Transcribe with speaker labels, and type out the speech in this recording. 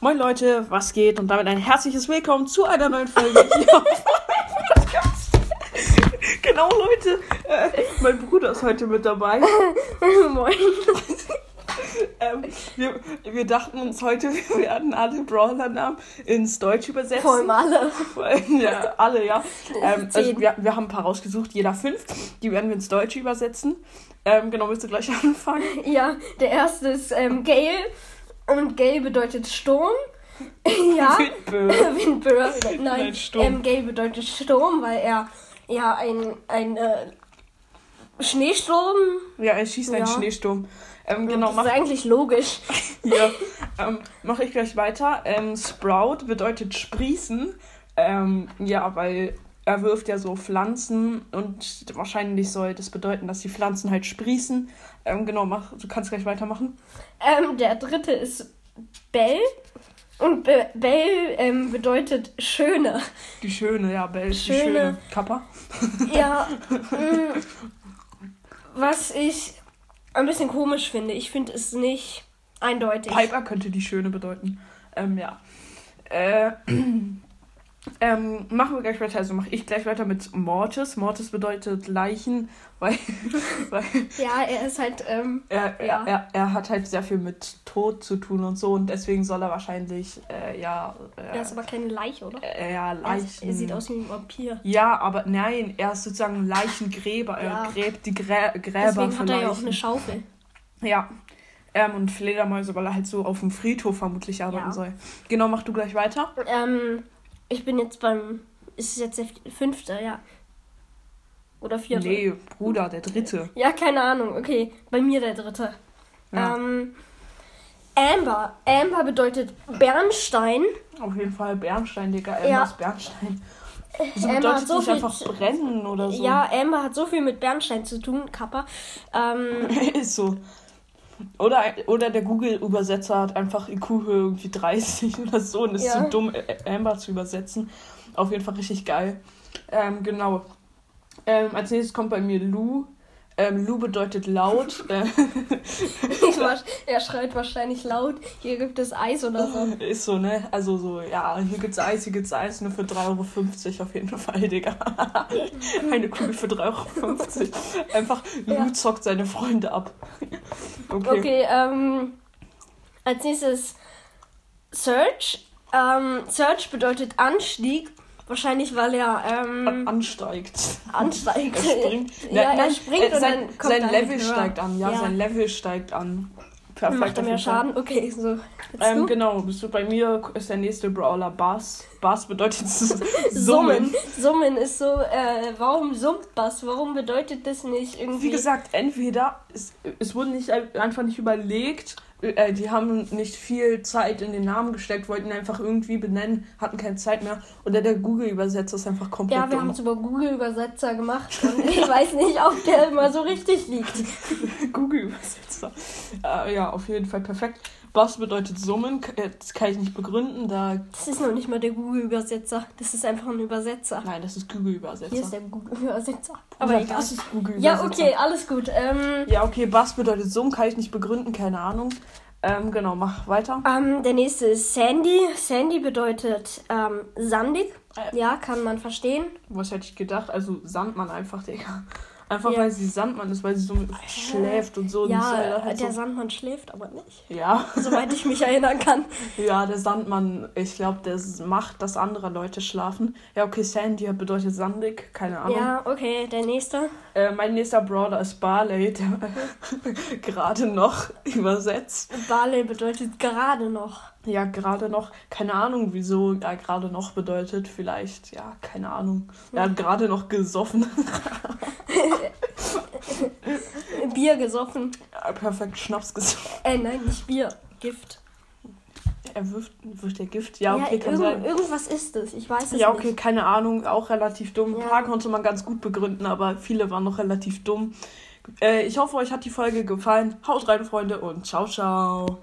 Speaker 1: Moin Leute, was geht? Und damit ein herzliches Willkommen zu einer neuen Folge hier auf Genau, Leute. Äh, mein Bruder ist heute mit dabei.
Speaker 2: Moin.
Speaker 1: Ähm, wir, wir dachten uns heute, wir werden alle Brawler-Namen ins Deutsch übersetzen.
Speaker 2: Voll Male.
Speaker 1: ja, alle, ja. Ähm, also
Speaker 2: Zehn.
Speaker 1: wir, wir haben ein paar rausgesucht, jeder fünf. Die werden wir ins Deutsche übersetzen. Ähm, genau, willst du gleich anfangen?
Speaker 2: Ja, der erste ist ähm, Gale. Und Gale bedeutet Sturm. ja.
Speaker 1: Windböe.
Speaker 2: Windböe. Nein,
Speaker 1: Nein, Sturm.
Speaker 2: Ähm, Gale bedeutet Sturm, weil er ja ein, ein äh, Schneesturm.
Speaker 1: Ja, er schießt einen
Speaker 2: Ja.
Speaker 1: Schneesturm. Ähm, genau,
Speaker 2: das
Speaker 1: mach,
Speaker 2: ist eigentlich logisch.
Speaker 1: hier, ähm, mach ich gleich weiter. Ähm, Sprout bedeutet sprießen. Ähm, ja, weil er wirft ja so Pflanzen und wahrscheinlich soll das bedeuten, dass die Pflanzen halt sprießen. Ähm, genau, mach, du kannst gleich weitermachen.
Speaker 2: Ähm, der dritte ist Bell. Und Be Bell ähm, bedeutet Schöne.
Speaker 1: Die schöne, ja, Bell, ist die
Speaker 2: Schöne.
Speaker 1: schöne Kappa.
Speaker 2: Ja. mm, was ich ein bisschen komisch finde. Ich finde es nicht eindeutig.
Speaker 1: Piper könnte die Schöne bedeuten. Ähm, ja. Äh, ähm, machen wir gleich weiter. Also mache ich gleich weiter mit Mortis. Mortis bedeutet Leichen, weil, weil
Speaker 2: Ja, er ist halt. Ähm,
Speaker 1: er,
Speaker 2: Ja.
Speaker 1: er, er, er hat halt sehr viel mit Tod zu tun und so und deswegen soll er wahrscheinlich, äh, ja, äh,
Speaker 2: Er ist aber keine Leiche, oder?
Speaker 1: äh, ja,
Speaker 2: Er, ist,
Speaker 1: Leichen.
Speaker 2: er sieht aus wie ein Vampir.
Speaker 1: ja, aber nein, er ist sozusagen ein Leichengräber.
Speaker 2: Ja.
Speaker 1: Er gräbt die Grä Gräber
Speaker 2: Deswegen
Speaker 1: für
Speaker 2: hat er ja auch
Speaker 1: Leichen.
Speaker 2: eine Schaufel.
Speaker 1: Ja. Ähm, und Fledermäuse, weil er halt so auf dem Friedhof vermutlich arbeiten
Speaker 2: Ja.
Speaker 1: soll. Genau, mach du gleich weiter.
Speaker 2: Ähm, ich bin jetzt beim. Ist es jetzt der vi- fünfte, ja. Oder vierte?
Speaker 1: Nee, Bruder, der dritte.
Speaker 2: Ja, keine Ahnung. Okay, bei mir der dritte.
Speaker 1: Ja.
Speaker 2: Ähm, Amber. Amber bedeutet Bernstein.
Speaker 1: Auf jeden Fall Bernstein, Digga. Emma
Speaker 2: Ja.
Speaker 1: ist Bernstein. So
Speaker 2: Emma
Speaker 1: bedeutet
Speaker 2: hat so
Speaker 1: nicht
Speaker 2: viel
Speaker 1: einfach
Speaker 2: zu-
Speaker 1: brennen oder so.
Speaker 2: Ja, Amber hat so viel mit Bernstein zu tun, Kappa. Ähm,
Speaker 1: Ist so. Oder, oder der Google-Übersetzer hat einfach IQ-Höhe irgendwie 30 oder so und ist
Speaker 2: Ja.
Speaker 1: zu dumm, Ä- Amber zu übersetzen. Auf jeden Fall richtig geil. Ähm, genau. Ähm, als nächstes kommt bei mir Lou. Ähm, Lou bedeutet laut. äh,
Speaker 2: er schreit wahrscheinlich laut, hier gibt es Eis oder so.
Speaker 1: Ist so, ne? Also so, ja, hier gibt's Eis, hier gibt's Eis, nur für 3,50 Euro auf jeden Fall, Digga. Eine Kugel für 3,50 Euro. Einfach, Lou
Speaker 2: Ja.
Speaker 1: zockt seine Freunde ab. Okay.
Speaker 2: Okay, ähm, als nächstes Search. Ähm, Search bedeutet Anstieg. Wahrscheinlich, weil er ähm,
Speaker 1: Ansteigt.
Speaker 2: ansteigt.
Speaker 1: Er springt.
Speaker 2: ja,
Speaker 1: Nein,
Speaker 2: er
Speaker 1: nein,
Speaker 2: springt
Speaker 1: äh,
Speaker 2: und
Speaker 1: sein,
Speaker 2: dann kommt
Speaker 1: sein
Speaker 2: er
Speaker 1: Level
Speaker 2: halt höher.
Speaker 1: steigt an, ja,
Speaker 2: Ja. Hm,
Speaker 1: sein Level steigt an. Perfekt.
Speaker 2: Macht er
Speaker 1: auf
Speaker 2: mehr
Speaker 1: jeden Fall.
Speaker 2: Schaden? Okay, so. Jetzt
Speaker 1: Ähm,
Speaker 2: du?
Speaker 1: genau, bist du bei mir ist der nächste Brawler Bass. Bass bedeutet Summen.
Speaker 2: Summen. Summen ist so, äh, warum summt was? Warum bedeutet das nicht irgendwie?
Speaker 1: Wie gesagt, entweder es, es wurde nicht einfach nicht überlegt, äh, die haben nicht viel Zeit in den Namen gesteckt, wollten ihn einfach irgendwie benennen, hatten keine Zeit mehr. Oder der Google-Übersetzer ist einfach komplett
Speaker 2: ja, wir haben
Speaker 1: dumm.
Speaker 2: es über Google-Übersetzer gemacht und ich weiß nicht, ob der immer so richtig liegt.
Speaker 1: Google-Übersetzer. Äh, ja, auf jeden Fall perfekt. Bass bedeutet Summen, K- äh, das kann ich nicht begründen, da.
Speaker 2: Das ist noch nicht mal der Google-Übersetzer. Das ist einfach ein Übersetzer.
Speaker 1: Nein, das ist
Speaker 2: Hier ist
Speaker 1: Google-Übersetzer.
Speaker 2: der Google-Übersetzer. Aber egal.
Speaker 1: Das ist Google-Übersetzer.
Speaker 2: Ja, okay, alles gut. Ähm,
Speaker 1: Ja, okay, Bass bedeutet Summen, kann ich nicht begründen, keine Ahnung. Ähm, genau, mach weiter.
Speaker 2: ähm, der nächste ist Sandy. Sandy bedeutet ähm, sandig.
Speaker 1: Äh.
Speaker 2: Ja, kann man verstehen.
Speaker 1: Was hätte ich gedacht? Also Sandmann einfach, Digga. Einfach
Speaker 2: Ja.
Speaker 1: weil sie Sandmann ist, weil sie so schläft und so. und so,
Speaker 2: Ja, äh, also
Speaker 1: halt
Speaker 2: der
Speaker 1: so.
Speaker 2: Sandmann schläft aber nicht.
Speaker 1: ja.
Speaker 2: Soweit ich mich erinnern kann.
Speaker 1: ja, der Sandmann, ich glaube, der s- macht, dass andere Leute schlafen. Ja, okay, Sandy hat- bedeutet sandig, keine Ahnung.
Speaker 2: Ja, okay, der nächste.
Speaker 1: Äh, mein nächster Brawler ist Barley, der gerade noch übersetzt.
Speaker 2: Barley bedeutet gerade noch.
Speaker 1: Ja, gerade noch, keine Ahnung, wieso ja, gerade noch bedeutet, vielleicht, ja, keine Ahnung. Er
Speaker 2: Hm.
Speaker 1: hat gerade noch gesoffen.
Speaker 2: Bier gesoffen.
Speaker 1: Ja, Perfekt Schnaps gesoffen.
Speaker 2: Äh, nein, nicht Bier. Gift.
Speaker 1: Er wirft, wirft der Gift. Ja, okay, kann sein.
Speaker 2: irgend- irgendwas ist es. Ich weiß es
Speaker 1: Ja,
Speaker 2: nicht.
Speaker 1: okay, keine Ahnung, auch relativ dumm. Ein
Speaker 2: Ja.
Speaker 1: paar konnte man ganz gut begründen, aber viele waren noch relativ dumm. Äh, ich hoffe, euch hat die Folge gefallen. Haut rein, Freunde, und ciao, ciao.